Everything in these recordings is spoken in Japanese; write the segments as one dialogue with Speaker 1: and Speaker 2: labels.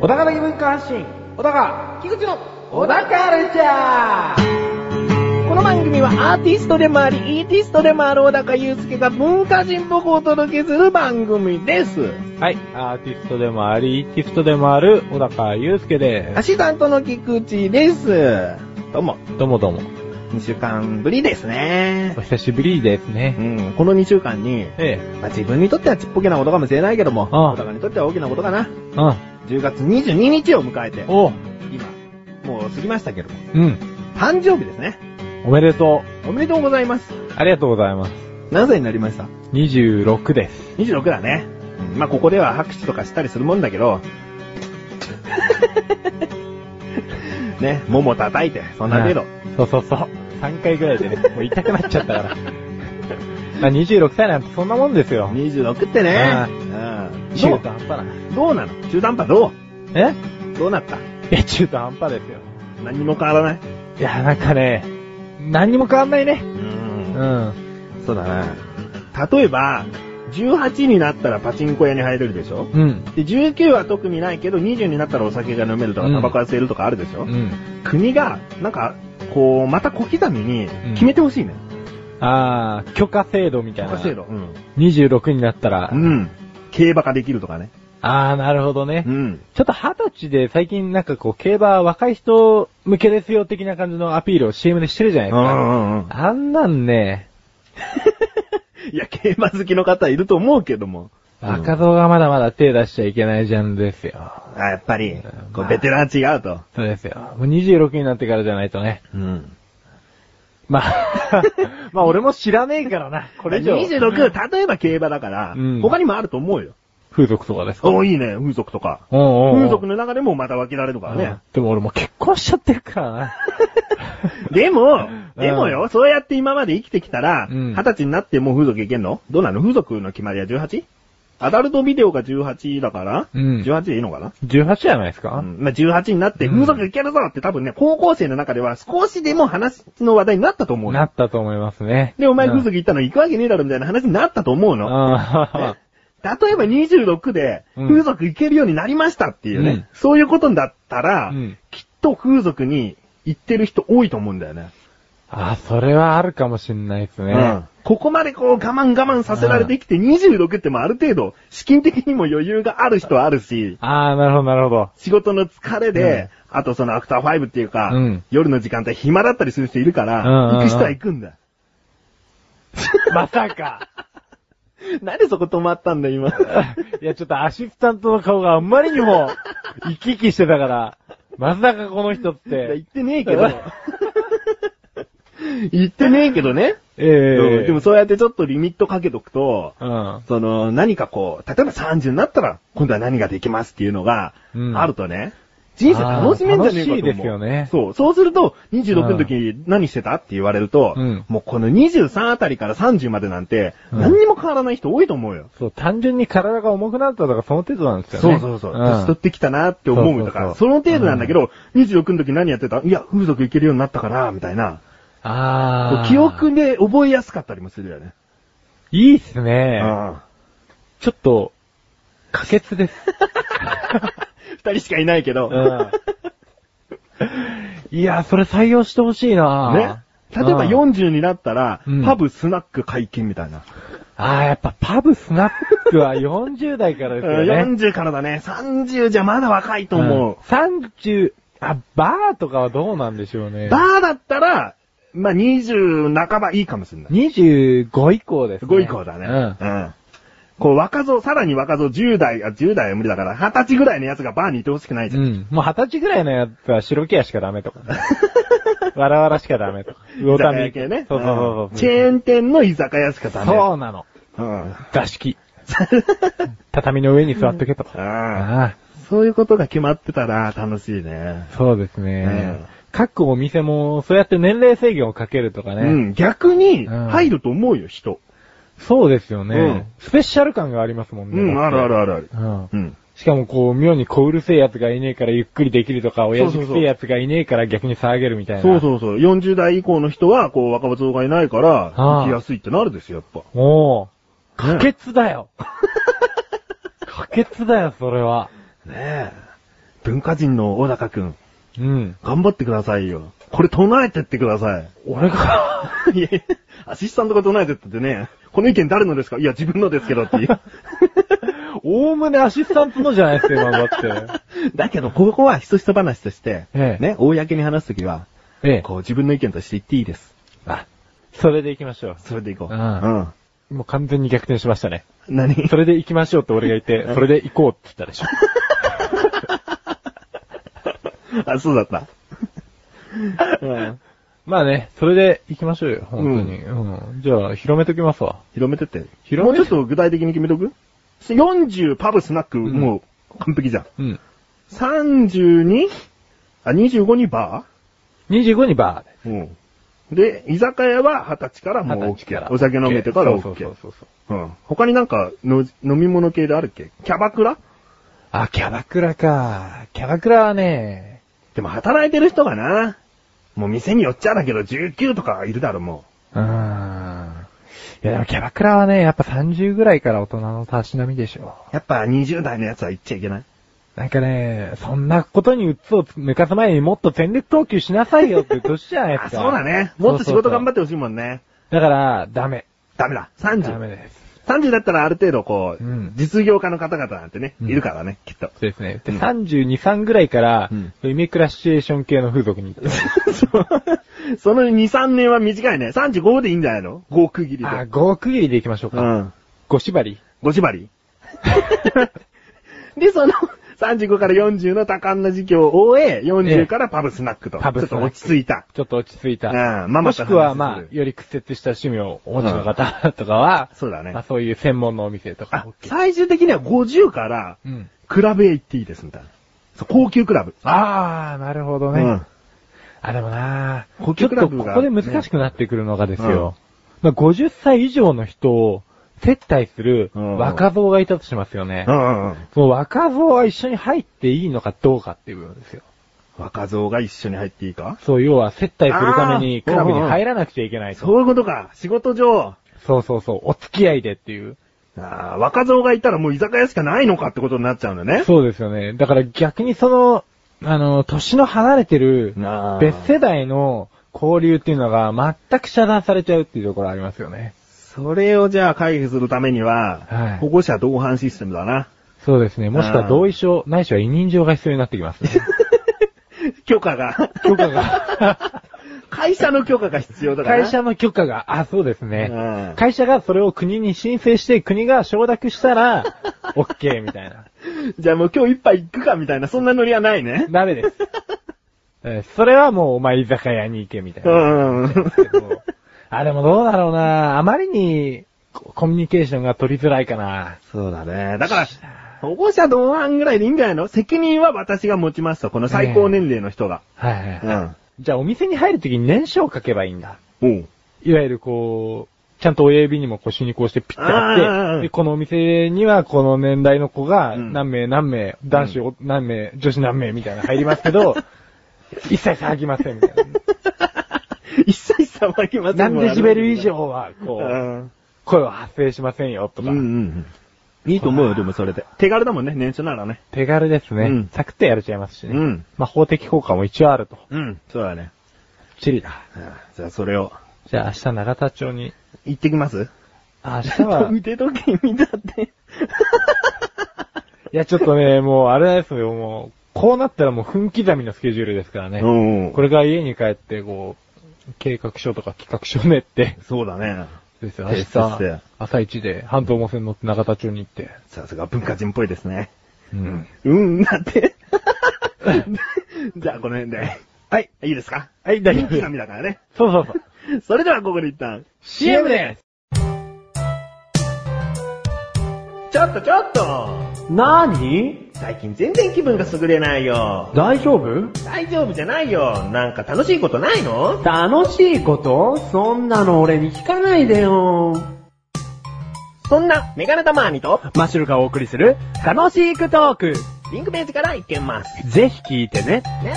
Speaker 1: 小高的文化発信、小高、
Speaker 2: 菊池の
Speaker 1: 小高ルチャー
Speaker 2: この番組はアーティストでもあり、イーティストでもある小高祐介が文化人っぽくお届けする番組です。
Speaker 3: はい。アーティストでもあり、イーティストでもある、小高祐介で
Speaker 2: アシスタントの菊池です。どうも、
Speaker 3: す。どうもどうも。
Speaker 2: 2週間ぶりですね
Speaker 3: お。久しぶりです
Speaker 2: う
Speaker 3: ね。
Speaker 2: ん、この2週間に、
Speaker 3: え
Speaker 2: まあ、自分にとってはちっぽけなことかもしれないけども、
Speaker 3: ああ
Speaker 2: 小高にとっては大きなことかな。
Speaker 3: え。うん。
Speaker 2: 10月22日を迎えて、
Speaker 3: お
Speaker 2: 今、もう過ぎましたけども、
Speaker 3: うん。
Speaker 2: 誕生日ですね。
Speaker 3: おめでと
Speaker 2: おめでとうございます。
Speaker 3: う。ありがとうございます。
Speaker 2: 何歳になりました
Speaker 3: 26です。
Speaker 2: 26だね。うんまあ、ここでは拍手とかしたりするもんだけ ど、ね、もも叩いて、そんな程度。
Speaker 3: うんそうそうそう。3回ぐらいで ね、もう痛くなっちゃったから。まあ26歳なんてそんなもんですよ。
Speaker 2: 26ってね
Speaker 3: ああ、
Speaker 2: うん
Speaker 3: 中
Speaker 2: ど
Speaker 3: 途半端な。
Speaker 2: うどうなの中途半端ど
Speaker 3: え
Speaker 2: うどうなった
Speaker 3: いや、中途半端ですよ。
Speaker 2: 何にも変わらない。
Speaker 3: いや、なんかね、何にも変わんないね
Speaker 2: う。。
Speaker 3: うんん。
Speaker 2: そうだな。例えば、18になったらパチンコ屋に入れるでしょ
Speaker 3: うん。
Speaker 2: で、19は特にないけど、20になったらお酒が飲めるとか、
Speaker 3: うん
Speaker 2: タバコが吸えるとかあるでしょ、
Speaker 3: うん。
Speaker 2: 国が、なんか、こう、また小刻みに
Speaker 3: ん
Speaker 2: 決めてほしいね。
Speaker 3: あー、許可制度みたい
Speaker 2: 許
Speaker 3: な。
Speaker 2: 可制度。うん。
Speaker 3: 26になったら
Speaker 2: う、ん。競馬ができるとかね。
Speaker 3: あー、なるほどね
Speaker 2: う。ん。
Speaker 3: ちょっと二十歳で最近なんかこう、競馬は若い人向けですよ的な感じのアピールを CM でしてるじゃないうですか。
Speaker 2: ん うん。
Speaker 3: あんなんね、
Speaker 2: いや、競馬好きの方いると思うけども。
Speaker 3: 若造がまだまだ手出しちゃいけないジャンルですよ。
Speaker 2: あ、やっぱり、こ
Speaker 3: ま
Speaker 2: う、
Speaker 3: あ
Speaker 2: ベテラン違うと。
Speaker 3: そうですよ。もう26になってからじゃないとね。
Speaker 2: うん。
Speaker 3: まあ、 まあ俺も知らねえからな、これ以上。
Speaker 2: 26、例えば競馬だから、
Speaker 3: うん
Speaker 2: 他にもあると思うよ。
Speaker 3: 風俗とかですか
Speaker 2: おいいね、風俗とか。
Speaker 3: うんうんうん
Speaker 2: 風俗の中でもまた分けられるからね。
Speaker 3: でも俺もう結婚しちゃってるから な。
Speaker 2: でも、
Speaker 3: うん
Speaker 2: でもよ、そうやって今まで生きてきたら、
Speaker 3: う
Speaker 2: 二、
Speaker 3: ん
Speaker 2: 十、歳になってもう風俗いけんのどうなの風俗の決まりは 18? アダルトビデオが18だから、
Speaker 3: うん
Speaker 2: 18でいいのかな、
Speaker 3: 18じゃないです
Speaker 2: う
Speaker 3: か、
Speaker 2: んまあ、18になって風俗いけるぞって多分ね、高校生の中では少しでも話の話題になったと思う
Speaker 3: な
Speaker 2: の。
Speaker 3: ったと思いますね。
Speaker 2: で、お前風
Speaker 3: うん
Speaker 2: 俗行ったの行くわけねえだろみたいな話になったと思うの。
Speaker 3: あ
Speaker 2: ね例えば26で、
Speaker 3: うん
Speaker 2: 風俗行けるようになりましたっていうね、
Speaker 3: うん
Speaker 2: そういうことだったら、
Speaker 3: うん
Speaker 2: きっと風俗に行ってる人多いと思うんだよね。
Speaker 3: あ、それはあるかもしんないですね。
Speaker 2: うんここまでこう我慢我慢させられてきて、26ってもある程度、資金的にも余裕がある人はあるし、
Speaker 3: ああ、なるほど、なるほど。
Speaker 2: 仕事の疲れで、あとそのアフターファイブっていうか、
Speaker 3: うん
Speaker 2: 夜の時間帯暇だったりする人いるから、
Speaker 3: うんうんうん
Speaker 2: 行く人は行くんだ。
Speaker 3: まさか。
Speaker 2: なんでそこ止まったんだ今。
Speaker 3: いや、ちょっとアシスタントの顔があんまりにも、生き生きしてたから、まさかこの人っ。
Speaker 2: 言っててねえけ ど。言ってねえけどね。
Speaker 3: ええ
Speaker 2: うんでもそうやってちょっとリミットかけとくと、
Speaker 3: うん。
Speaker 2: その何かこう、例えば30になったら、今度は何ができますっていうのが
Speaker 3: うん、
Speaker 2: あるとね、人生楽しめんじゃねえかと思う。
Speaker 3: あー楽しいですよね
Speaker 2: そう。そうすると、26の時に何してたって言われると、
Speaker 3: うん
Speaker 2: もうこの23あたりから30までなんて、
Speaker 3: うん
Speaker 2: 何にも変わらない人多いと思うよ。
Speaker 3: そう、単純に体が重くなったとか、その程度なんですよ
Speaker 2: そう
Speaker 3: ね。
Speaker 2: そうそう。
Speaker 3: ん
Speaker 2: 年取ってきたなって思うよだから、
Speaker 3: そ
Speaker 2: そうの
Speaker 3: そうそう
Speaker 2: 程度なんだけど、26の時何やってたいや、風俗行けるようになったから、みたいな。こ
Speaker 3: あ
Speaker 2: う
Speaker 3: あ。
Speaker 2: 記憶で覚えやすかったりもするよね。
Speaker 3: いいっすね。
Speaker 2: うん
Speaker 3: ちょっと、可決です。
Speaker 2: 二人しかいないけど。
Speaker 3: うんいや、それ採用してほしい
Speaker 2: ね
Speaker 3: な。。
Speaker 2: 例えば
Speaker 3: うん
Speaker 2: 40になったら
Speaker 3: うん、
Speaker 2: パブスナック解禁みたいな。
Speaker 3: ああ、やっぱパブスナックは40代からですよ ね。
Speaker 2: 40からだね。30じゃまだ若いと
Speaker 3: ん
Speaker 2: 思
Speaker 3: 30、あ、バーとかはどうなんでしょう
Speaker 2: う。
Speaker 3: ね。
Speaker 2: バーだったら、まあ、20半ばいいかもしれない。
Speaker 3: 25以降です、ね。
Speaker 2: 5以降だね。
Speaker 3: うん。
Speaker 2: うん。こう若造、さらに若造10代、あ、10代は無理だから、20歳ぐらいのやつがバーにいてほしくないじ
Speaker 3: う
Speaker 2: ゃん。
Speaker 3: ん。もう二十歳ぐらいのやつは白ケアしかダメ とか。わらわらしかダメとか。魚
Speaker 2: 居酒
Speaker 3: 民
Speaker 2: 屋系ね。
Speaker 3: そうそうそう
Speaker 2: う
Speaker 3: そ
Speaker 2: ん
Speaker 3: う。
Speaker 2: チェーン店の居酒屋しかダメ。
Speaker 3: そうなの。
Speaker 2: う。うん。
Speaker 3: 座敷。畳の上に座っとけと。
Speaker 2: ああ
Speaker 3: あ
Speaker 2: そういうことが決まってたら楽しいね。
Speaker 3: あ、そうです
Speaker 2: うん
Speaker 3: ね。各お店も、そうやって年齢制限をかけるとかね。
Speaker 2: うん、逆に
Speaker 3: うん
Speaker 2: 入ると思うよ、人。
Speaker 3: そうですよね、
Speaker 2: うん
Speaker 3: スペシャル感がありますもんね。
Speaker 2: うん、あるあるあるある。
Speaker 3: うん。
Speaker 2: うん。
Speaker 3: しかもこう、妙に小うるせえ奴がいねえからゆっくりできるとか、親父くせえ奴がいねえから逆に騒げるみたいな。
Speaker 2: そうそうそう。40代以降の人は、こう、若葉がいないから、
Speaker 3: ああ
Speaker 2: 行きやすいってなるですよ、やっ
Speaker 3: う。もう、
Speaker 2: ね
Speaker 3: 可決 だよ。可決だよ、それは。
Speaker 2: ぱ。ねえ。文化人の小高くん、
Speaker 3: うん。
Speaker 2: 頑張ってくださいよ。これ唱えてってください。
Speaker 3: 俺が、
Speaker 2: いやいや、アシスタントが唱えてってね、この意見誰のですかいや、自分のですけどっていう。
Speaker 3: おおむねアシスタントのじゃないですか、今 だって。
Speaker 2: だけど、ここはひそひそ話として、
Speaker 3: ええ
Speaker 2: ね、公に話すときは、
Speaker 3: ええ。
Speaker 2: こう、自分の意見として言っていいです。
Speaker 3: あ、それで行きましょ
Speaker 2: それでいこう。
Speaker 3: うん
Speaker 2: うん。
Speaker 3: う。もう完全に逆転しましたね。
Speaker 2: 何
Speaker 3: それで行きましょうって俺が 言って、それで行こうって言ったでしょ。
Speaker 2: あ、そうだった。うん
Speaker 3: まあね、それで行きましょうよ、本当に。うん。じゃあ、広めときますわ。
Speaker 2: 広めてって。
Speaker 3: 広めて
Speaker 2: もうちょっと具体的に決めとく ?40 パブスナック、
Speaker 3: ん
Speaker 2: もう完璧じゃん。
Speaker 3: うん。
Speaker 2: 32? あ、25にバ
Speaker 3: 25にバー
Speaker 2: ー
Speaker 3: で。
Speaker 2: うん。で、居酒屋は20歳からもう
Speaker 3: 二十歳か
Speaker 2: OK。
Speaker 3: ら
Speaker 2: お酒飲めてから OK。
Speaker 3: そうそうそうそう。
Speaker 2: うん。他になんかの、飲み物系であるっけキャバクラ
Speaker 3: あ、キャバクラか。キャバクラはね、
Speaker 2: でも働いてる人がな、もう店によっちゃだけど19とかいるだろ、も
Speaker 3: うーん。いやでもキャバクラはね、やっぱ30ぐらいから大人のたしなみでしょ。
Speaker 2: う。やっぱ20代のやつは行っちゃいけない。
Speaker 3: なんかね、そんなことに鬱を抜かす前にもっと全力投球しなさいよって年じゃないで
Speaker 2: あ、
Speaker 3: すか。
Speaker 2: そうだね。もっと仕事頑張
Speaker 3: って。
Speaker 2: ってほしいもんね。
Speaker 3: だから、ダメ。
Speaker 2: ダメだ。30。
Speaker 3: ダメです。
Speaker 2: 30だったらある程度こう、
Speaker 3: うん
Speaker 2: 実業家の方々なんてね、
Speaker 3: うん
Speaker 2: いるからね、きっと。
Speaker 3: そうですね。で、
Speaker 2: うん
Speaker 3: 32、3ぐらいから
Speaker 2: うん、
Speaker 3: イメクラシチュエーション系の風俗に 行って。
Speaker 2: そうその2、3年は短いね。35でいいんじゃないの ?5 区切りで。
Speaker 3: あ、5区切りで行きましょう
Speaker 2: う
Speaker 3: か。
Speaker 2: ん。
Speaker 3: 5縛り。
Speaker 2: 5縛 りで、その、35から40の多感な時期を終え、
Speaker 3: ええ
Speaker 2: 40からパブスナックと。
Speaker 3: パブス
Speaker 2: ちょっ
Speaker 3: ナック
Speaker 2: と落ち着いた。
Speaker 3: ちょっと落ち着いた。
Speaker 2: うんママと
Speaker 3: も
Speaker 2: 話す
Speaker 3: しくは、まあ、より屈折した趣味をお持ちの方とかは、
Speaker 2: そうだね
Speaker 3: まあ、そういう専門のお店と
Speaker 2: あ
Speaker 3: か。、
Speaker 2: 最終的には50から、
Speaker 3: うん。
Speaker 2: クラブへ行っていいです、みたいな。そう、高級クラブ。
Speaker 3: あー、なるほどね。
Speaker 2: うん
Speaker 3: あ、でもなー
Speaker 2: 顧
Speaker 3: ちょっ
Speaker 2: 客ラ
Speaker 3: と
Speaker 2: ブ
Speaker 3: こ
Speaker 2: が
Speaker 3: こで難しくなってくるのがですよ。まあ、50歳以上の人を接待する
Speaker 2: うん
Speaker 3: 若造がいたとしますよね。
Speaker 2: うんうんうん。
Speaker 3: その若造は一緒に入っていいのかどうかっていう部分ですよ。
Speaker 2: 若造が一緒に入っていいか
Speaker 3: そう、要は接待するために
Speaker 2: あー
Speaker 3: クラブに入らなくちゃいけないと。
Speaker 2: そういうことか。仕事上、
Speaker 3: そうそうそう、お付き合いでっていう。
Speaker 2: ああ、若造がいたらもう居酒屋しかないのかってことになっちゃうんだね。
Speaker 3: そうですよね。だから逆にその、あの、年の離れてる
Speaker 2: なあ
Speaker 3: 別世代の交流っていうのが全く遮断されちゃうっていうところありますよね。
Speaker 2: それをじゃあ回避するためには、
Speaker 3: はい
Speaker 2: 保護者同伴システムだな。
Speaker 3: そうですね。もしくは同意書、ないしは委任状が必要になってきますね。
Speaker 2: 許可が。
Speaker 3: 許可が。
Speaker 2: 会社の許可が必要だからな。
Speaker 3: 会社の許可が、あ、そうですね。
Speaker 2: うん
Speaker 3: 会社がそれを国に申請して、国が承諾したら、OK みたいな。
Speaker 2: じゃあもう今日一杯行くかみたいな、そんなノリはないね。
Speaker 3: ダメです。えーそれはもうお前居酒屋に行けみたいう な。
Speaker 2: ん うんうん。
Speaker 3: あ、でもどうだろうな。あまりにココミュニケーションが取りづらいかな。
Speaker 2: そうだね。だから、保護者同伴ぐらいでいいんじゃないの責任は私が持ちますと、この最高年齢の人が。
Speaker 3: はいはいはい。じゃあお店に入るときに年書を書けばいいんだ。
Speaker 2: うん。うん。
Speaker 3: いわゆるこう、ちゃんと親指にも腰にこうしてピッて
Speaker 2: あ
Speaker 3: や
Speaker 2: ー
Speaker 3: って、で、このお店にはこの年代の子が
Speaker 2: うん
Speaker 3: 何名何名、男子を何名、女子何名みたいなの入ります けど、一切騒ぎませんみたい
Speaker 2: 一切騒ぎません
Speaker 3: な。何デシベル以上は、
Speaker 2: う
Speaker 3: こう、
Speaker 2: ん。
Speaker 3: 声は発生しませんよとか。
Speaker 2: んうん。いいと思うよ、でもそれで。手軽だもんね、年初ならね。
Speaker 3: 手軽ですね。
Speaker 2: うん
Speaker 3: サクッとやれちゃいますしね。
Speaker 2: うん
Speaker 3: まあ、法的効果も一応あると。
Speaker 2: うん。そうだね。
Speaker 3: チリだ。
Speaker 2: じゃあそれを、
Speaker 3: じゃあ明日長田町に。
Speaker 2: 行ってきます
Speaker 3: あ、明日は、 い
Speaker 2: 腕時計見たって。
Speaker 3: やちょっとね、もうあれですよ、もう、こうなったらもう分刻みのスケジュールですからね。
Speaker 2: うん。
Speaker 3: これから家に帰って、こう、計画書とか企画書練って、
Speaker 2: そうだね。
Speaker 3: ですよ、明
Speaker 2: 提出して
Speaker 3: 日、朝一で半島温泉乗って長田町に行って。
Speaker 2: さすが文化人っぽいですね。
Speaker 3: うん。
Speaker 2: うん、だって。 じゃあこの辺で。はい。いいですか
Speaker 3: はい、大丈夫
Speaker 2: 文
Speaker 3: です
Speaker 2: 化。だからね。
Speaker 3: そうそうそう。
Speaker 2: それではここで一旦。
Speaker 3: CM です
Speaker 2: ちょっとちょっと
Speaker 4: なーに
Speaker 2: 最近全然気分が優れないよ。
Speaker 4: 大丈夫
Speaker 2: 大丈夫じゃないよ。なんか楽しいことないの
Speaker 4: 楽しいことそんなの俺に聞かないでよ。
Speaker 2: そんなメガネタマーニと
Speaker 5: マッシュルがお送りする、楽しいクトーク。
Speaker 2: リンクページからいけます。
Speaker 5: ぜひ聞いてね。
Speaker 2: ね。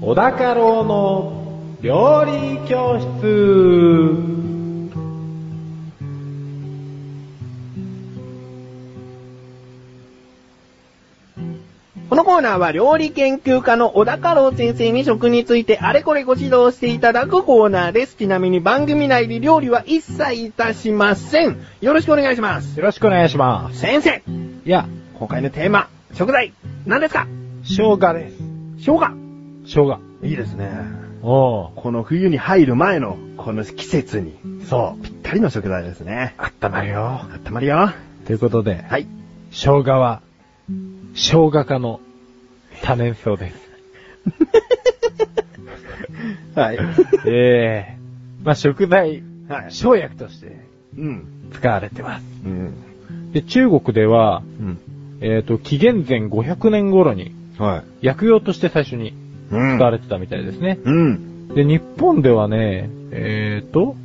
Speaker 1: 小高郎の料理教室。
Speaker 2: このコーナーは料理研究家の小田家老先生に食についてあれこれご指導していただくコーナーです。ちなみに番組内で料理は一切いたしません。よろしくお願いします。
Speaker 3: よろしくお願いします。
Speaker 2: 先生、
Speaker 3: いや、
Speaker 2: 今回のテーマ、食材、何ですか
Speaker 3: 生姜です。
Speaker 2: 生姜。
Speaker 3: 生姜。
Speaker 5: いいですね。
Speaker 3: お
Speaker 5: この冬に入る前の、この季節に、
Speaker 3: そう。
Speaker 5: ぴったりの食材ですね。
Speaker 3: あったまるよ。
Speaker 5: 温まるよ。
Speaker 3: ということで、
Speaker 5: はい。
Speaker 3: 生姜は、生姜科の多年草です。
Speaker 5: はい。
Speaker 3: ええまあ、食材、
Speaker 5: はい。
Speaker 3: 生薬として
Speaker 5: うん。
Speaker 3: 使われてます。
Speaker 5: うん。
Speaker 3: で、中国では、
Speaker 5: うん。
Speaker 3: えっ、と、紀元前500年頃に、
Speaker 5: はい。
Speaker 3: 薬用として最初に
Speaker 5: うん
Speaker 3: 使われてたみたいですね。
Speaker 5: うん。
Speaker 3: で、日本ではね、えっ、と、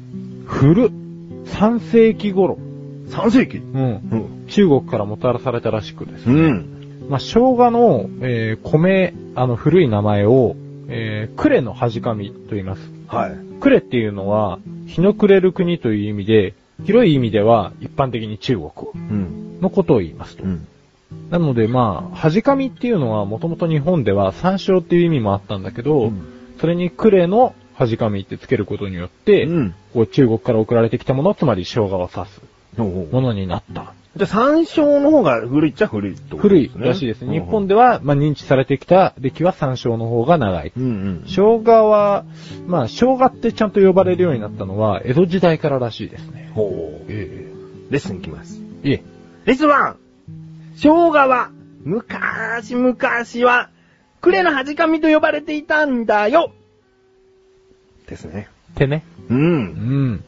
Speaker 3: 古、3世紀頃、
Speaker 5: 3世紀。
Speaker 3: うん、
Speaker 5: うん。
Speaker 3: 中国からもたらされたらしくです
Speaker 5: う
Speaker 3: ね。
Speaker 5: ん。
Speaker 3: まあ、生姜の、えー米、あの、古い名前を、えー、クレの端紙と言います。
Speaker 5: はい。
Speaker 3: クレっていうのは、日の暮れる国という意味で、広い意味では一般的に中国
Speaker 5: うん。
Speaker 3: のことを言いますと。
Speaker 5: うん。
Speaker 3: なのでまあ、端紙っていうのはもともと日本では山椒っていう意味もあったんだけど、
Speaker 5: うん
Speaker 3: それにクレの端紙ってつけることによって、
Speaker 5: うん
Speaker 3: こう中国から送られてきたもの、つまり生姜を指すものになった。
Speaker 5: じゃあ、山椒の方が古いっちゃ古いってこと
Speaker 3: 古
Speaker 5: で
Speaker 3: い
Speaker 5: すね。
Speaker 3: らしいですね。日本
Speaker 5: で。
Speaker 3: では、まあ、認知されてきた歴は山椒の方が長い。
Speaker 5: うんうん。
Speaker 3: 生姜は、まあ、生姜ってちゃんと呼ばれるようになったのは、江戸時代かららしいですね。
Speaker 5: ほう。
Speaker 3: え
Speaker 5: レッスンいきます。
Speaker 3: え。いえ。
Speaker 5: レッスン 1! 生姜は、昔昔は、
Speaker 2: クレの端紙と呼ばれていたんだよ。
Speaker 5: ですね。
Speaker 3: ってね。
Speaker 5: う。
Speaker 3: うんん。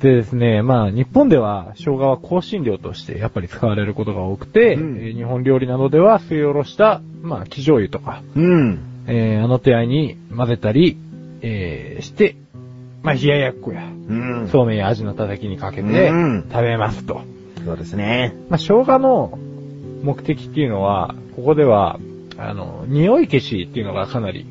Speaker 3: でですね、まあ、日本では、生姜は香辛料として、やっぱり使われることが多くて、
Speaker 5: うん
Speaker 3: えー日本料理などでは、すりおろした、まあ、木醤油とか、
Speaker 5: うん。
Speaker 3: えーあの手合いに混ぜたり、えーして、まあ、冷ややっこや、
Speaker 5: うん。
Speaker 3: そうめんや味のたたきにかけて
Speaker 5: うん、
Speaker 3: 食べますと。
Speaker 5: そうですね。
Speaker 3: まあ、生姜の目的っていうのは、ここでは、あの、匂い消しっていうのがかなり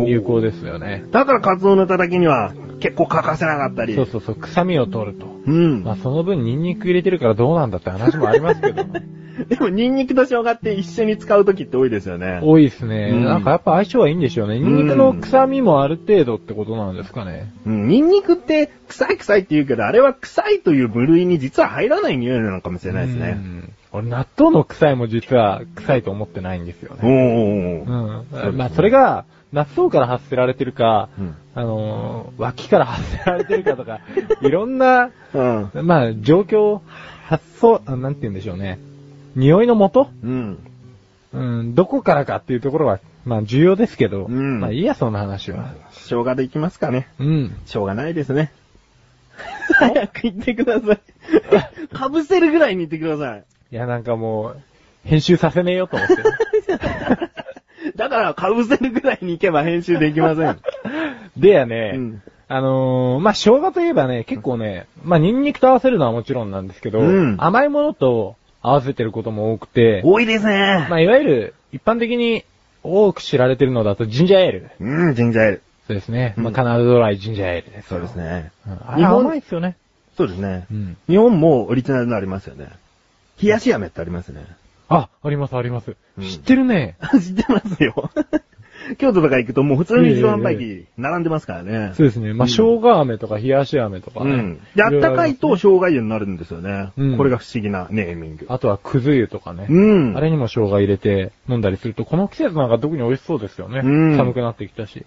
Speaker 3: 有効ですよね。
Speaker 5: だから、カツオのたたきには、結構欠かせなかったり。
Speaker 3: そうそうそう、臭みを取ると。
Speaker 5: うん
Speaker 3: ま。あ、その分ニンニク入れてるからどうなんだって話もありますけ ど、
Speaker 5: でも、ニンニクと生姜って一緒に使うときって多いですよね。
Speaker 3: 多いですね。
Speaker 5: うん
Speaker 3: なんかやっぱ相性はいいんでしょうね。ニンニクの臭みもある程度ってことなんですかね。
Speaker 5: うん、ニンニクって臭い臭いって言うけど、あれは臭いという部類に実は入らない匂いなのかもしれないです
Speaker 3: う
Speaker 5: ね。
Speaker 3: ん俺、納豆の臭いも実は臭いと思ってないんですよ
Speaker 5: お
Speaker 3: ね。
Speaker 5: ーおーおー
Speaker 3: うん。
Speaker 5: そうですね
Speaker 3: まあ、それが、納豆から発せられてるか、
Speaker 5: うん
Speaker 3: あのー脇から発せられてるかと か、いろんな、
Speaker 5: うん。
Speaker 3: まあ、状況、発想、あなんて言うんでしょうね。匂いの元
Speaker 5: うん。
Speaker 3: うん、どこからかっていうところは、まあ、重要ですけど、
Speaker 5: うん
Speaker 3: まあ、いいや、そんな話は。
Speaker 5: 生姜でいきますかね。
Speaker 3: うん。
Speaker 5: しょうがないですね。
Speaker 2: 早く言ってください。
Speaker 5: かぶせるぐらいに言ってください。
Speaker 3: いや、なんかもう、編集させねえよと思って。
Speaker 5: だから、かぶせるぐらいに行けば編集できません。
Speaker 3: でやね、
Speaker 5: うん
Speaker 3: あのーまあ、生姜といえばね、結構ね、まあ、ニンニクと合わせるのはもちろんなんですけど、
Speaker 5: うん
Speaker 3: 甘いものと合わせてることも多くて、
Speaker 5: 多いですね。
Speaker 3: まあ、いわゆる、一般的に多く知られてるのだと、ジンジャーエール。
Speaker 5: うん、ジンジャーエール。
Speaker 3: そうですね。
Speaker 5: うん
Speaker 3: まあ、カナダドライジンジャーエールです。
Speaker 5: そうです。ね。
Speaker 3: ん、あ
Speaker 5: 日
Speaker 3: れ
Speaker 5: 本
Speaker 3: 甘いっすよね。
Speaker 5: そうですね
Speaker 3: う。ん。
Speaker 5: 日本もオリジナルのありますよね。冷やし飴ってありますね。
Speaker 3: あ、あります、あります。
Speaker 5: うん
Speaker 3: 知ってるね。
Speaker 5: 知ってますよ。 京都とか行くともう普通に自動販売機並んでますからね。
Speaker 3: そうですね。まあ、生姜飴とか冷やし飴とか
Speaker 5: う
Speaker 3: ね。
Speaker 5: ん。で、あったかいと生姜湯になるんですよね。
Speaker 3: うん
Speaker 5: これが不思議なネーミング。
Speaker 3: あとは、くず湯とかね。
Speaker 5: うん。
Speaker 3: あれにも生姜入れて飲んだりすると、この季節なんか特に美味しそうですよね。
Speaker 5: うん
Speaker 3: 寒くなってきたし。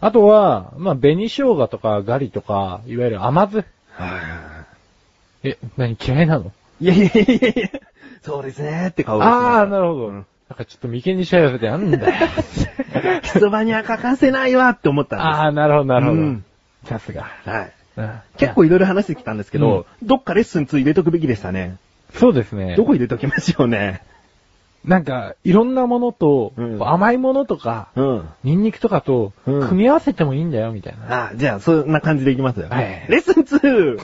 Speaker 3: あとは、まあ、紅生姜とかガリとか、いわゆる甘酢。
Speaker 5: は
Speaker 3: え、何嫌いなの
Speaker 5: いいやいやいやいやそうですねって顔ですね。
Speaker 3: あー、なるほど。
Speaker 5: うん
Speaker 3: なんかちょっと眉間にしゃべって、な んだよ。
Speaker 5: ひそばには欠かせないわって思ったん
Speaker 3: あー、なるほど、なるほど。
Speaker 5: うん
Speaker 3: さすが。
Speaker 5: です。はい。
Speaker 3: うん
Speaker 5: 結構いろいろ話してきたんですけど、どっかレッスン2入れとくべきでしたね。
Speaker 3: そうですね
Speaker 5: ど。こ入れときましょうね。
Speaker 3: なんか、いろんなものと、
Speaker 5: うん
Speaker 3: こう甘いものとか、
Speaker 5: うん。
Speaker 3: ニンニクとかと、
Speaker 5: うん
Speaker 3: 組み合わせてもいいんだよ、みたいな。
Speaker 5: あ、じゃあ、そんな感じでいきますよ。
Speaker 3: はい
Speaker 5: レッスン 2!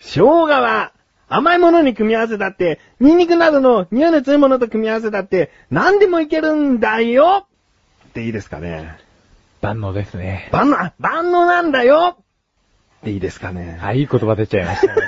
Speaker 2: 生姜は、甘いものに組み合わせだって、ニンニクなどの匂いの強いものと組み合わせだって、何でもいけるんだよ
Speaker 5: っていいですかね。
Speaker 3: 万能ですね。
Speaker 2: 万能、あ万能なんだよ
Speaker 5: っていいですかね。
Speaker 3: あ、いい言葉出ちゃいましたね。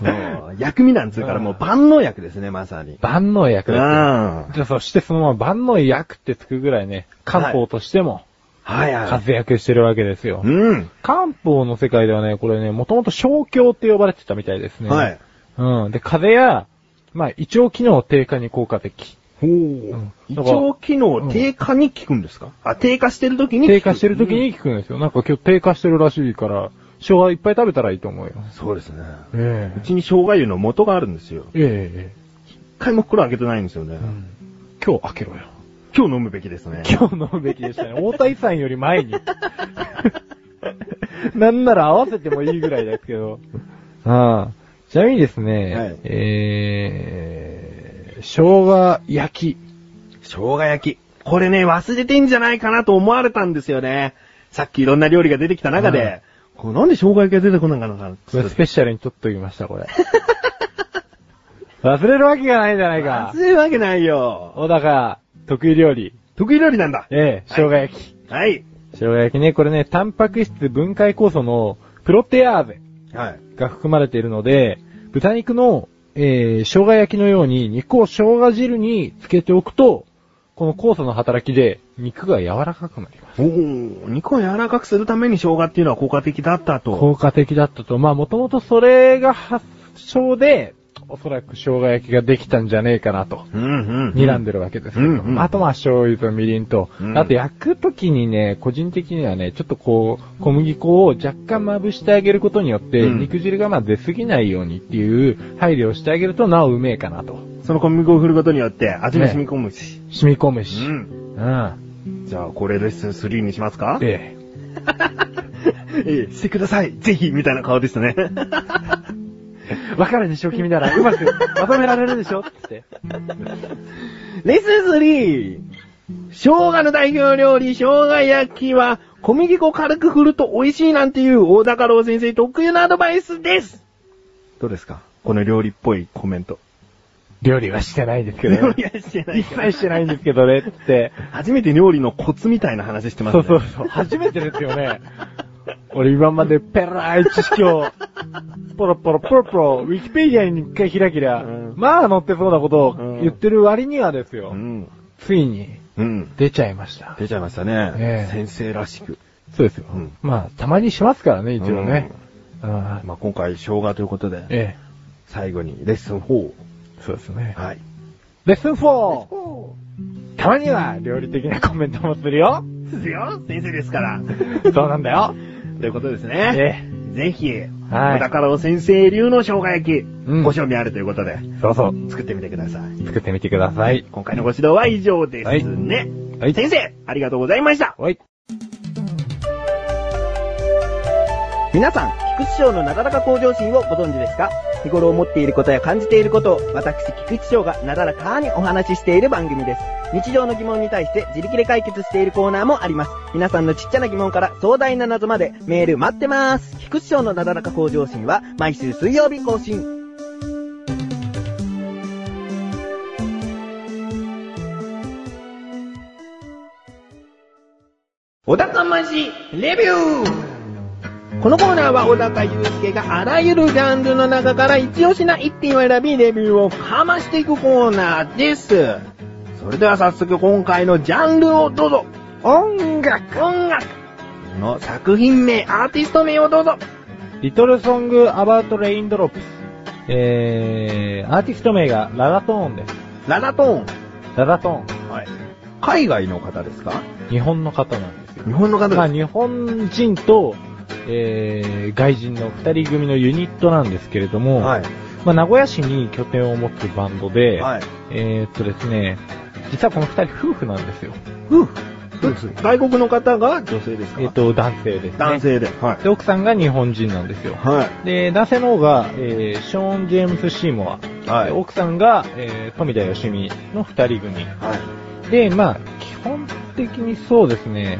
Speaker 5: もう薬味なんつうからもう万能薬ですね、まさに。
Speaker 3: 万能薬
Speaker 5: う
Speaker 3: です、
Speaker 5: ん。
Speaker 3: ね。
Speaker 5: は
Speaker 3: じゃあそしてそのまま万能薬ってつくぐらいね、漢方としても
Speaker 5: いは
Speaker 3: 活躍してるわけですよ。
Speaker 5: い。うん。
Speaker 3: 漢方の世界ではね、これね、もともと小経って呼ばれてたみたいですね。
Speaker 5: はい。。
Speaker 3: うん。で、風邪や、まあ、胃腸機能低下に効果的。
Speaker 5: ほう
Speaker 3: うん
Speaker 5: 胃腸機能低下に効くんですか、あ、低下してる時に効く
Speaker 3: 低下してる時に効くんですよ。なんか今日低下してるらしいから、生姜いっぱい食べたらいいと思うよ。
Speaker 5: そうですね。
Speaker 3: え
Speaker 5: うちに生姜油の元があるんですよ。
Speaker 3: え。え
Speaker 5: 一回も袋開けてないんですよね。
Speaker 3: え。うん。今日開けろよ。
Speaker 5: 今日飲むべきですね。
Speaker 3: 今日飲むべきでしたね。大谷さんより前に。 なんなら合わせてもいいぐらいですけど。ああちなみにですね、
Speaker 5: はい
Speaker 3: えー、生姜焼き。
Speaker 5: 生姜焼き。これね、忘れてんじゃないかなと思われたんですよね。さっきいろんな料理が出てきた中で、
Speaker 3: はい
Speaker 5: これなんで生姜焼きが出てこないかなか
Speaker 3: これスペシャルに撮っときました、これ。 忘れるわけがないじゃないか
Speaker 5: 忘。れるわけないよ。
Speaker 3: 小高、得意料理。
Speaker 5: 得意料理なんだ。
Speaker 3: ええ、生姜焼き。
Speaker 5: はい。
Speaker 3: 生姜焼きね、これね、タンパク質分解酵素のプロテアーゼ。
Speaker 5: はい。
Speaker 3: が含まれているので、豚肉の、えー、生姜焼きのように肉を生姜汁につけておくと、この酵素の働きで肉が柔らかくなります。
Speaker 5: おー、肉を柔らかくするために生姜っていうのは効果的だったと。
Speaker 3: 効果的だったと。まあもともとそれが発祥で、おそらく生姜焼きができたんじゃねえかなと。
Speaker 5: うんうん
Speaker 3: 睨んでるわけですけど、
Speaker 5: うんうん
Speaker 3: あとまあ醤油とみりんと、
Speaker 5: うん
Speaker 3: あと焼くときにね、個人的にはね、ちょっとこう、小麦粉を若干まぶしてあげることによって、
Speaker 5: うん
Speaker 3: 肉汁がまあ出すぎないようにっていう配慮をしてあげるとなおうめえかなと。
Speaker 5: その小麦粉を振ることによって味が染み込むし。
Speaker 3: 染み込むし。
Speaker 5: ん。
Speaker 3: うん。
Speaker 5: じゃあ、これレッスン3にしますかえ え、
Speaker 3: で、
Speaker 5: してください。ぜひみたいな顔でした ね。
Speaker 3: わかるでしょ君なら、うまくまとめられるでしょって。
Speaker 2: レッスン 3! 生姜の代表料理、生姜焼きは、小麦粉を軽く振ると美味しいなんていう大高郎先生特有のアドバイスです
Speaker 5: どうですかこの料理っぽいコメント。
Speaker 3: 料理はしてないですけど
Speaker 5: 料
Speaker 3: ね。
Speaker 5: 理はしてない
Speaker 3: 一切してないんですけどねって。
Speaker 5: 初めて料理のコツみたいな話してます
Speaker 3: そ
Speaker 5: ね。
Speaker 3: うそうそう。初めてですよね。俺今までペラーい知識を、ポロポロポロポロ、ウィキペディアに一回開きりゃ、
Speaker 5: うん
Speaker 3: まあ載ってそうなことを
Speaker 5: うん
Speaker 3: 言ってる割にはですよ。
Speaker 5: うん。
Speaker 3: ついに
Speaker 5: うん。
Speaker 3: 出ちゃいました。
Speaker 5: 出ちゃいましたね。
Speaker 3: ええ
Speaker 5: 先生らしく。
Speaker 3: そうですよ。
Speaker 5: うん
Speaker 3: まあ、たまにしますからね、一応ね。ああ
Speaker 5: まあ、今回、生姜ということで、
Speaker 3: え
Speaker 5: 最後にレッスン4。
Speaker 3: え。そうですね。
Speaker 5: はい。
Speaker 3: レッスン 4! たまには料理的なコメントもするよ。
Speaker 5: ですよ先生ですから。
Speaker 3: そうなんだよ。
Speaker 5: ということですね。
Speaker 3: ええ。
Speaker 5: ぜひ、
Speaker 3: はい
Speaker 5: お宝を先生流の生姜焼き、
Speaker 3: ん
Speaker 5: ご賞味あるということで、
Speaker 3: そうそう。
Speaker 5: 作ってみてください。
Speaker 3: 作ってみてください。
Speaker 5: 今回のご指導は以上ですね。
Speaker 3: はい。
Speaker 5: 先生、ありがとうございました。
Speaker 3: はい。
Speaker 2: 皆さん、菊池賞のなだらか向上心をご存知ですか日頃思っていることや感じていることを、私、菊池翔がなだらかにお話ししている番組です。日常の疑問に対して自力で解決しているコーナーもあります。皆さんのちっちゃな疑問から壮大な謎までメール待ってます。菊池翔のなだらか向上心は毎週水曜日更新。
Speaker 5: おだかまし、レビュー
Speaker 2: このコーナーは小高祐介があらゆるジャンルの中から一押しな一品を選びレビューをかましていくコーナーです。それでは早速今回のジャンルをどうぞ。音楽音楽の作品名、アーティスト名をどうぞ。
Speaker 3: リトルソングアバウトレインドロップス。えー、アーティスト名がララトーンです。
Speaker 5: ララトーン。
Speaker 3: ララトーン。
Speaker 5: はい。海外の方ですか
Speaker 3: 日本の方なんですよ。
Speaker 5: 日本の方です
Speaker 3: まあ、日本人と、えー、外人の二人組のユニットなんですけれども、
Speaker 5: はい。
Speaker 3: まあ、名古屋市に拠点を持つバンドで、
Speaker 5: はい。
Speaker 3: えー、っとですね、実はこの二人夫婦なんですよ。
Speaker 5: 夫婦。外国の方が女性ですか、
Speaker 3: えっと、男性ですね。
Speaker 5: 男性で。は
Speaker 3: で、奥さんが日本人なんですよ
Speaker 5: い。。は
Speaker 3: で、男性の方が、えー、ショーン・ジェームス・シーモア。
Speaker 5: はい
Speaker 3: で奥さんが、えー、富田義美の二人組。
Speaker 5: い。はい。
Speaker 3: で、まあ、基本的にそうですね。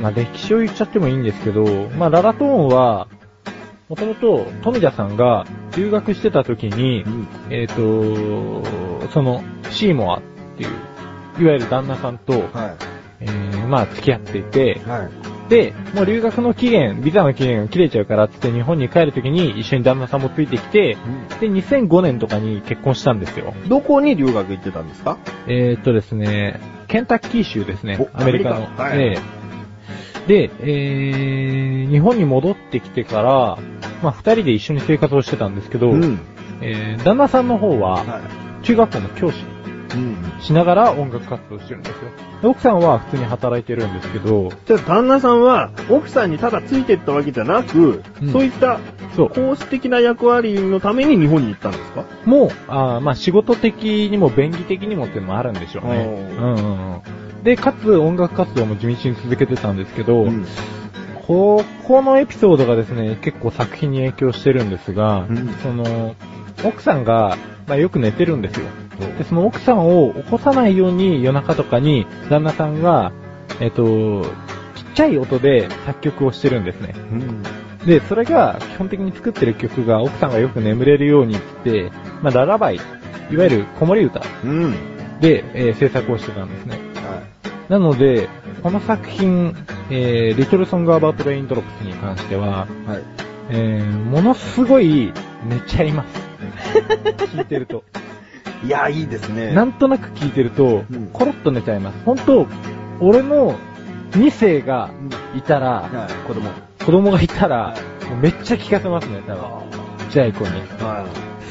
Speaker 3: まあ、歴史を言っちゃってもいいんですけど、まあ、ララトーンは、もともと富田さんが留学してた時に、えっ、と、その、シーモアっていう、いわゆる旦那さんと、
Speaker 5: は
Speaker 3: えー、まあ、付き合っていて
Speaker 5: い。、はい。
Speaker 3: で、もう留学の期限、ビザの期限が切れちゃうからってって日本に帰るときに一緒に旦那さんもついてきて、で、2005年とかに結婚したんですよ。
Speaker 5: どこに留学行ってたんですか
Speaker 3: えー、っとですね、ケンタッキー州ですね、
Speaker 5: お
Speaker 3: アメリカの。
Speaker 5: アメリ
Speaker 3: ええで、えー、日本に戻ってきてから、まあ、二人で一緒に生活をしてたんですけど、
Speaker 5: うん。
Speaker 3: えー旦那さんの方は、
Speaker 5: は
Speaker 3: 中学校の教師
Speaker 5: い。うん。
Speaker 3: しながら音楽活動してるんですよ。で奥さんは普通に働いてるんですけど、
Speaker 5: じゃあ旦那さんは奥さんにただついてったわけじゃなく、
Speaker 3: うん
Speaker 5: そういった
Speaker 3: そう、
Speaker 5: 公式的な役割のために日本に行ったんですか
Speaker 3: もう、あーまあ仕事的にも便宜的にもっていうのもあるんでしょうね。
Speaker 5: お
Speaker 3: うんうんうん。で、かつ音楽活動も地道に続けてたんですけど、
Speaker 5: うん
Speaker 3: ここのエピソードがですね、結構作品に影響してるんですが、
Speaker 5: うん
Speaker 3: その、奥さんが、まあよく寝てるんですよ。で、その奥さんを起こさないように夜中とかに旦那さんが、えっと、ちっちゃい音で作曲をしてるんですね。で、それが基本的に作ってる曲が奥さんがよく眠れるようにって、まあ、ララバイ、いわゆる子守歌
Speaker 5: うん。
Speaker 3: で、えー制作をしてたんですね。
Speaker 5: は
Speaker 3: なので、この作品、えー、リトルソングアバートレインドロップスに関しては、
Speaker 5: い。はい。
Speaker 3: えー、ものすごい寝ちゃ います。聞いてると。
Speaker 5: いや、いいですね。
Speaker 3: なんとなく聞いてると
Speaker 5: うん、
Speaker 3: コロッと寝ちゃいます。本当俺の2世が
Speaker 5: うん
Speaker 3: いたら、
Speaker 5: はい、子供。
Speaker 3: 子供がいたら、もうめっちゃ聞かせますね、多分。ちっちゃい子に。
Speaker 5: は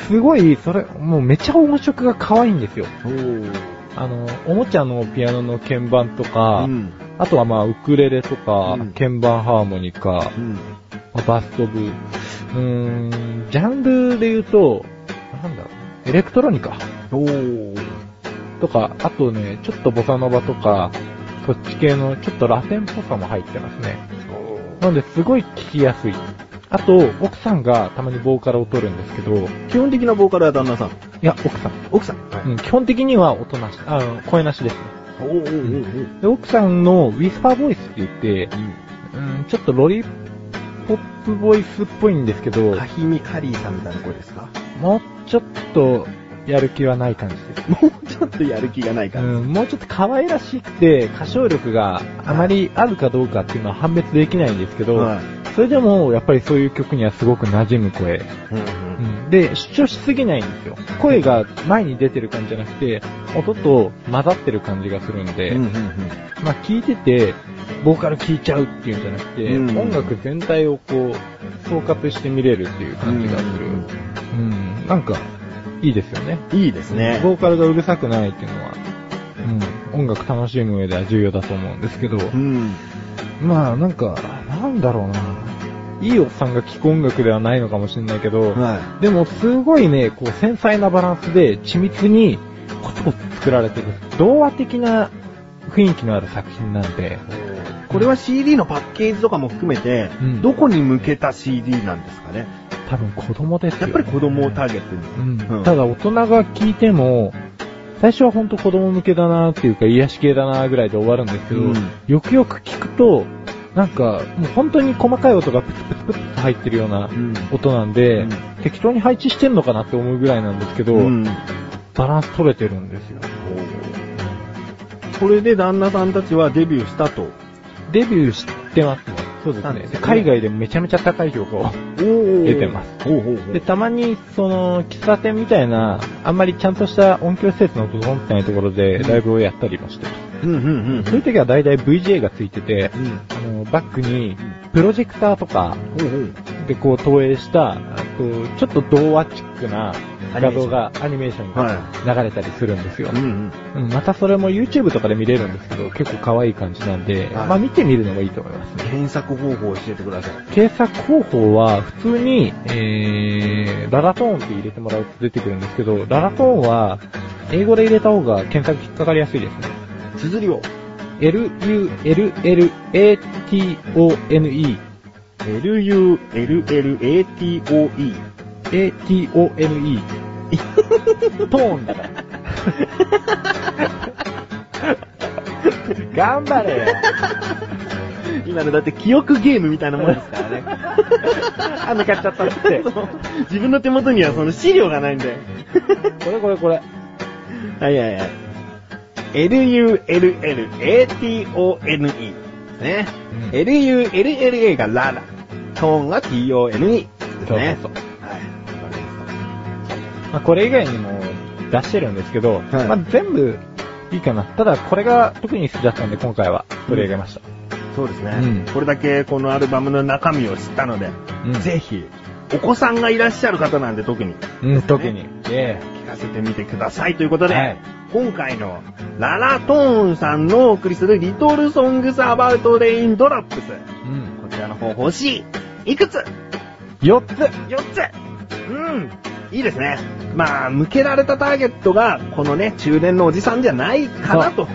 Speaker 3: すごい、それ、もうめちゃ音色が可愛いんですよ。
Speaker 5: い。おー。
Speaker 3: あの、おもちゃのピアノの鍵盤とか、
Speaker 5: うん。
Speaker 3: あとはまあ、ウクレレとか、
Speaker 5: うん
Speaker 3: 鍵盤ハーモニカ、
Speaker 5: うん。
Speaker 3: バストブ、うーん、ジャンルで言うと、なんだろう、エレクトロニカ
Speaker 5: おー。
Speaker 3: とか、あとね、ちょっとボサノバとか、そっち系のちょっとラテンっぽさも入ってますね。なので、すごい聞きやすい。あと、奥さんがたまにボーカルを取るんですけど、い
Speaker 5: 基本的なボーカルは旦那さん。
Speaker 3: や、奥さん。
Speaker 5: 奥さん。は
Speaker 3: うん、基本的には音なし、あの声なしですね。
Speaker 5: おーおーおー
Speaker 3: で、奥さんのウィスパーボイスって言って、うん、ちょっとロリポップボイスっぽいんですけど、
Speaker 5: おー。ヒミカリーさんみたいな声ですか
Speaker 3: もうちょっとやる気はない感じです。
Speaker 5: もうちょっとやる気がないか
Speaker 3: う
Speaker 5: ら。
Speaker 3: ん、もうちょっと可愛らしくて、歌唱力があまりあるかどうかっていうのは判別できないんですけど、
Speaker 5: はい
Speaker 3: それでもやっぱりそういう曲にはすごく馴染む声。
Speaker 5: うん
Speaker 3: うん、で、主張しすぎないんですよ。声が前に出てる感じじゃなくて、音と混ざってる感じがするんで、
Speaker 5: うんうん
Speaker 3: まあ、聞いてて、ボーカル聴いちゃうっていうんじゃなくて、
Speaker 5: うん
Speaker 3: 音楽全体をこう、総括して見れるっていう感じがする。
Speaker 5: う
Speaker 3: うんん、なんか、いいですよね。
Speaker 5: うんいいですね。
Speaker 3: ボーカルがうるさくないっていうのは、うん、音楽楽しむ上では重要だと思うんですけど、
Speaker 5: うん。
Speaker 3: まあ、なんか、なんだろうな。いいおっさんが聴く音楽ではないのかもしれないけど、
Speaker 5: は
Speaker 3: でもすごいね、こう繊細なバランスで緻密にコツコツ作られてる、童話的な雰囲気のある作品なん
Speaker 5: い。
Speaker 3: で、
Speaker 5: これは CD のパッケージとかも含めて、
Speaker 3: うん
Speaker 5: どこに向けた CD なんですかね。
Speaker 3: 多分子供ですよ、
Speaker 5: やっぱり子供をターゲットに。
Speaker 3: うん
Speaker 5: うん
Speaker 3: ただ大人が聞いても、最初はほんと子供向けだなっていうか癒し系だなぐらいで終わるんですけど、
Speaker 5: うん
Speaker 3: よくよく聞くと、なんか、もう本当に細かい音がプツプツプツって入ってるような
Speaker 5: うん
Speaker 3: 音なんで、
Speaker 5: うん
Speaker 3: 適当に配置してんのかなって思うぐらいなんですけど、
Speaker 5: うん
Speaker 3: バランス取れてるんですよ。
Speaker 5: これで旦那さんたちはデビューしたと。
Speaker 3: デビューしてますね。そうです
Speaker 5: なんで
Speaker 3: ね
Speaker 5: すね。
Speaker 3: 海外でめちゃめちゃ高い評価を。
Speaker 5: 出
Speaker 3: 出てます。
Speaker 5: おうおうおう
Speaker 3: で、たまに、その、喫茶店みたいな、あんまりちゃんとした音響施設の整ってないところでライブをやったりもしてます。
Speaker 5: うんうんうん
Speaker 3: そういう時は大体 VJ がついてて、
Speaker 5: うん
Speaker 3: あの、バックに、プロジェクターとか
Speaker 5: おうおう
Speaker 3: でこう投影した、あとちょっと童話チックな画像が、アニメーションが流れたりするんですよ。
Speaker 5: うん
Speaker 3: うんまたそれも YouTube とかで見れるんですけど、結構可愛い感じなんで、
Speaker 5: はい
Speaker 3: まあ見てみるのもいいと思いますね。
Speaker 5: 検索方法を教えてください。
Speaker 3: 検索方法は、普通に、えー、ララトーンって入れてもらうと出てくるんですけど、ララトーンは、英語で入れた方が検索引っかかりやすいですね。
Speaker 5: 綴りを。
Speaker 3: L-U-L-L-A-T-O-N-E
Speaker 5: L-U-L-L-A-T-O-E。
Speaker 3: A-T-O-N-E トーンだ から。頑張れよ。
Speaker 5: 今のだって記憶ゲームみたいなもんですから ね。
Speaker 3: あ、抜かっちゃったって。
Speaker 5: 自分の手元にはその資料がないんだよ。
Speaker 3: これこれこれ。
Speaker 5: はいはいはい。L-U-L-L-A-T-O-N-E。ね。
Speaker 3: うん
Speaker 5: L-U-L-L-A がララ。トーンが T-O-N-E。ですね。
Speaker 3: そうそう
Speaker 5: はい。わかりまし
Speaker 3: まあ、これ以外にも出してるんですけど、
Speaker 5: い
Speaker 3: まあ、全部いいかな。ただ、これが特に好きだったんで、今回は取り上げました。
Speaker 5: たそうですね、
Speaker 3: うん
Speaker 5: これだけこのアルバムの中身を知ったので、
Speaker 3: うん
Speaker 5: ぜひ、お子さんがいらっしゃる方なんで特に
Speaker 3: うん、特に。え
Speaker 5: 聞かせてみてくださいということで、
Speaker 3: はい
Speaker 5: 今回のララトーンさんのお送りするリトルソングスアバウトレインドロップス。
Speaker 3: えうん。
Speaker 5: こちらの方欲しい。いくつ
Speaker 3: 4つ
Speaker 5: ?4 つうん。いいですね。まあ、向けられたターゲットが、このね、中年のおじさんじゃないかなと。
Speaker 3: っ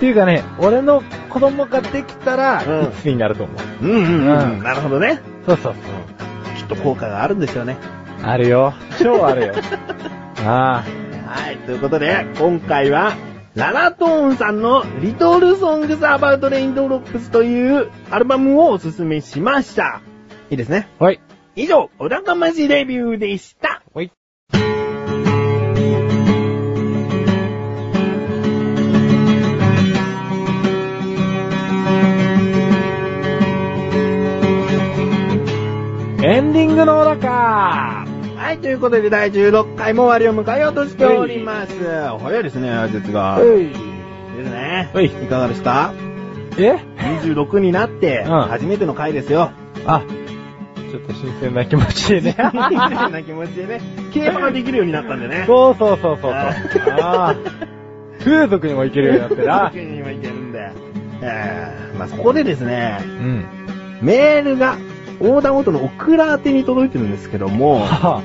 Speaker 3: ていうかね、俺の子供ができたら、
Speaker 5: うん
Speaker 3: 5つになると思
Speaker 5: う
Speaker 3: う。
Speaker 5: んうんうん。
Speaker 3: うん
Speaker 5: なるほどね。
Speaker 3: そうそうそう。
Speaker 5: きっと効果があるんですよね。
Speaker 3: あるよ。超ある よ。ああ。
Speaker 5: はい。ということで、今回は、ララトーンさんのリトルソングスアバウトレインドロップスというアルバムをおすすめしました。いいですね。
Speaker 3: はい。
Speaker 5: 以上、おだかましレビューでした。
Speaker 3: はい。エンディングの裏か
Speaker 5: はい、ということで第16回も終わりを迎えようとしております。早いですね、挨拶が。ですね。
Speaker 3: はい
Speaker 5: いかがでした
Speaker 3: え
Speaker 5: ?26 になって、
Speaker 3: うん
Speaker 5: 初めての回です よ。
Speaker 3: あ、ちょっと新鮮な気持ちで ね。
Speaker 5: みたいな気持ちでね、競馬ができるようになったんでね。
Speaker 3: そうそうそうそうそう。
Speaker 5: あ
Speaker 3: ああ。風俗にも行けるようになってな。
Speaker 5: 僕にもいけるんで。えー、まあそこでです
Speaker 3: う
Speaker 5: ね、
Speaker 3: ん。
Speaker 5: メールが、横断ごとのオクラ宛てに届いてるんですけども、
Speaker 3: は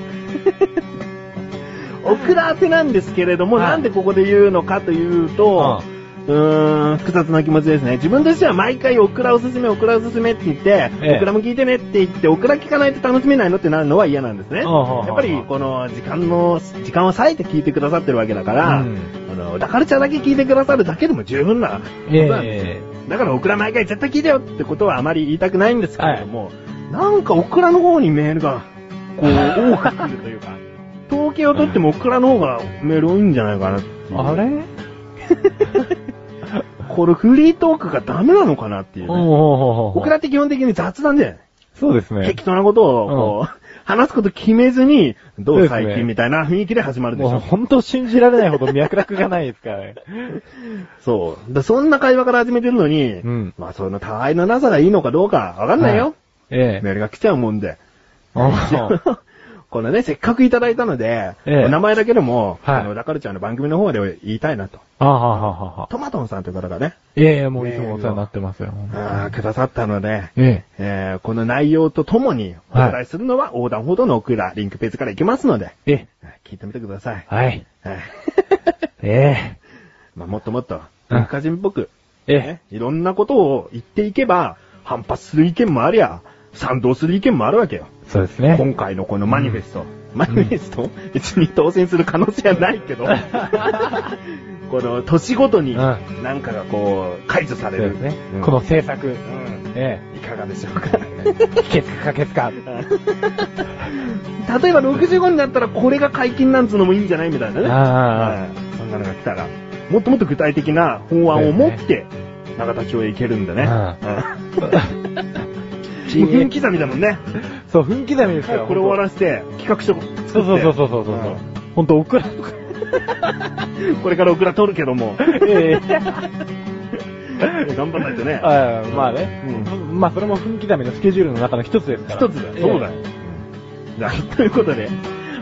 Speaker 5: オクラ宛てなんですけれども、
Speaker 3: はい
Speaker 5: なんでここで言うのかというと、うーん、複雑な気持ちですね。自分としては毎回オクラおすすめ、オクラおすすめって言って、
Speaker 3: ええ
Speaker 5: オクラも聞いてねって言って、オクラ聞かないと楽しめないのってなるのは嫌なんですね。
Speaker 3: ああああ
Speaker 5: やっぱりこの時間の、時間を割いて聞いてくださってるわけだから、
Speaker 3: うん
Speaker 5: あの、だからちゃだけ聞いてくださるだけでも十分なことなんですよ
Speaker 3: え
Speaker 5: だからオクラ毎回絶対聞いてよってことはあまり言いたくないんですけれども、なんかオクラの方にメールが、こう、多く来るというか、 統計を取ってもオクラの方がメール多いんじゃないかなっていう
Speaker 3: あれ
Speaker 5: これフリートークがダメなのかなっていう
Speaker 3: お
Speaker 5: ね、
Speaker 3: お
Speaker 5: 僕らって基本的に雑談で、
Speaker 3: そうですね。
Speaker 5: 適当なことをこう、話すこと決めずに、どう最
Speaker 3: そうです
Speaker 5: 近
Speaker 3: ね
Speaker 5: みたいな雰囲気で始まるでし
Speaker 3: もう
Speaker 5: ょ。
Speaker 3: 本当信じられないほど脈絡がないですからね。
Speaker 5: そう。だそんな会話から始めてるのに、
Speaker 3: うん
Speaker 5: まあそのたわいのなさがいいのかどうかわかんないよ。
Speaker 3: ええ。
Speaker 5: メールが来ちゃうもんで。
Speaker 3: あ
Speaker 5: このね、せっかくいただいたので、
Speaker 3: ええ
Speaker 5: お名前だけでも、
Speaker 3: はい
Speaker 5: あの、ラカルチャーの番組の方で言いたいなと。
Speaker 3: あはははは。
Speaker 5: トマトンさんという方がね、
Speaker 3: いやいや、もういつもお世話になってますよ。
Speaker 5: あーくださったので、
Speaker 3: え
Speaker 5: えーこの内容とともにお
Speaker 3: はい
Speaker 5: 伝えするのは横断歩道のオクラ、リンクページから行きますので、
Speaker 3: え。え
Speaker 5: 聞いてみてください。
Speaker 3: え。はい。
Speaker 5: はい
Speaker 3: え
Speaker 5: まあ、もっともっと、
Speaker 3: うん
Speaker 5: 文化人っぽく、
Speaker 3: え。ええ
Speaker 5: ね。いろんなことを言っていけば、反発する意見もありゃ、賛同する意見もあるわけよ。
Speaker 3: そうですね。
Speaker 5: 今回のこのマニフェスト。マニフェスト、別に当選する可能性はない けど、この年ごとに
Speaker 3: うん
Speaker 5: なんかがこう、解除さ
Speaker 3: そ
Speaker 5: れ
Speaker 3: うで
Speaker 5: る。
Speaker 3: すね
Speaker 5: うん。
Speaker 3: この制作。
Speaker 5: うん
Speaker 3: え
Speaker 5: いかがでしょうか。
Speaker 3: え。帰結か可決か。
Speaker 5: 例えば65になったらこれが解禁なんつうのもいいんじゃないみたいなね。
Speaker 3: あ
Speaker 5: はいそんなのが来たら、もっともっと具体的な法案を持って、長田町へ行けるんで ね。
Speaker 3: うん
Speaker 5: 人間刻みだもんね。
Speaker 3: そう、分刻みです
Speaker 5: 早
Speaker 3: よ。
Speaker 5: くこれ終わらせて、企画書作って。
Speaker 3: そうそうそうそうそうそう。ほんと、オクラとか。
Speaker 5: うん これからオクラ取るけども、
Speaker 3: ええ。
Speaker 5: 頑張らないと ね。
Speaker 3: ああまあね。
Speaker 5: う
Speaker 3: まあ、それも分刻みのスケジュールの中の一つですから。
Speaker 5: 一つだよ。そうだよ。じゃあと いうことで、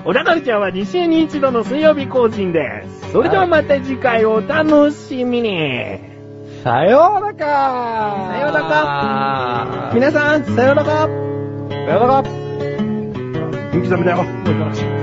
Speaker 5: 小田カルチャーは2週に一度の水曜日更新です。それではまた次回お楽しみに。
Speaker 3: さようなか
Speaker 5: さような
Speaker 3: か
Speaker 5: 皆さん、さようなら。
Speaker 3: さようなら
Speaker 5: 分刻みだよ。
Speaker 3: もう行かなくちゃ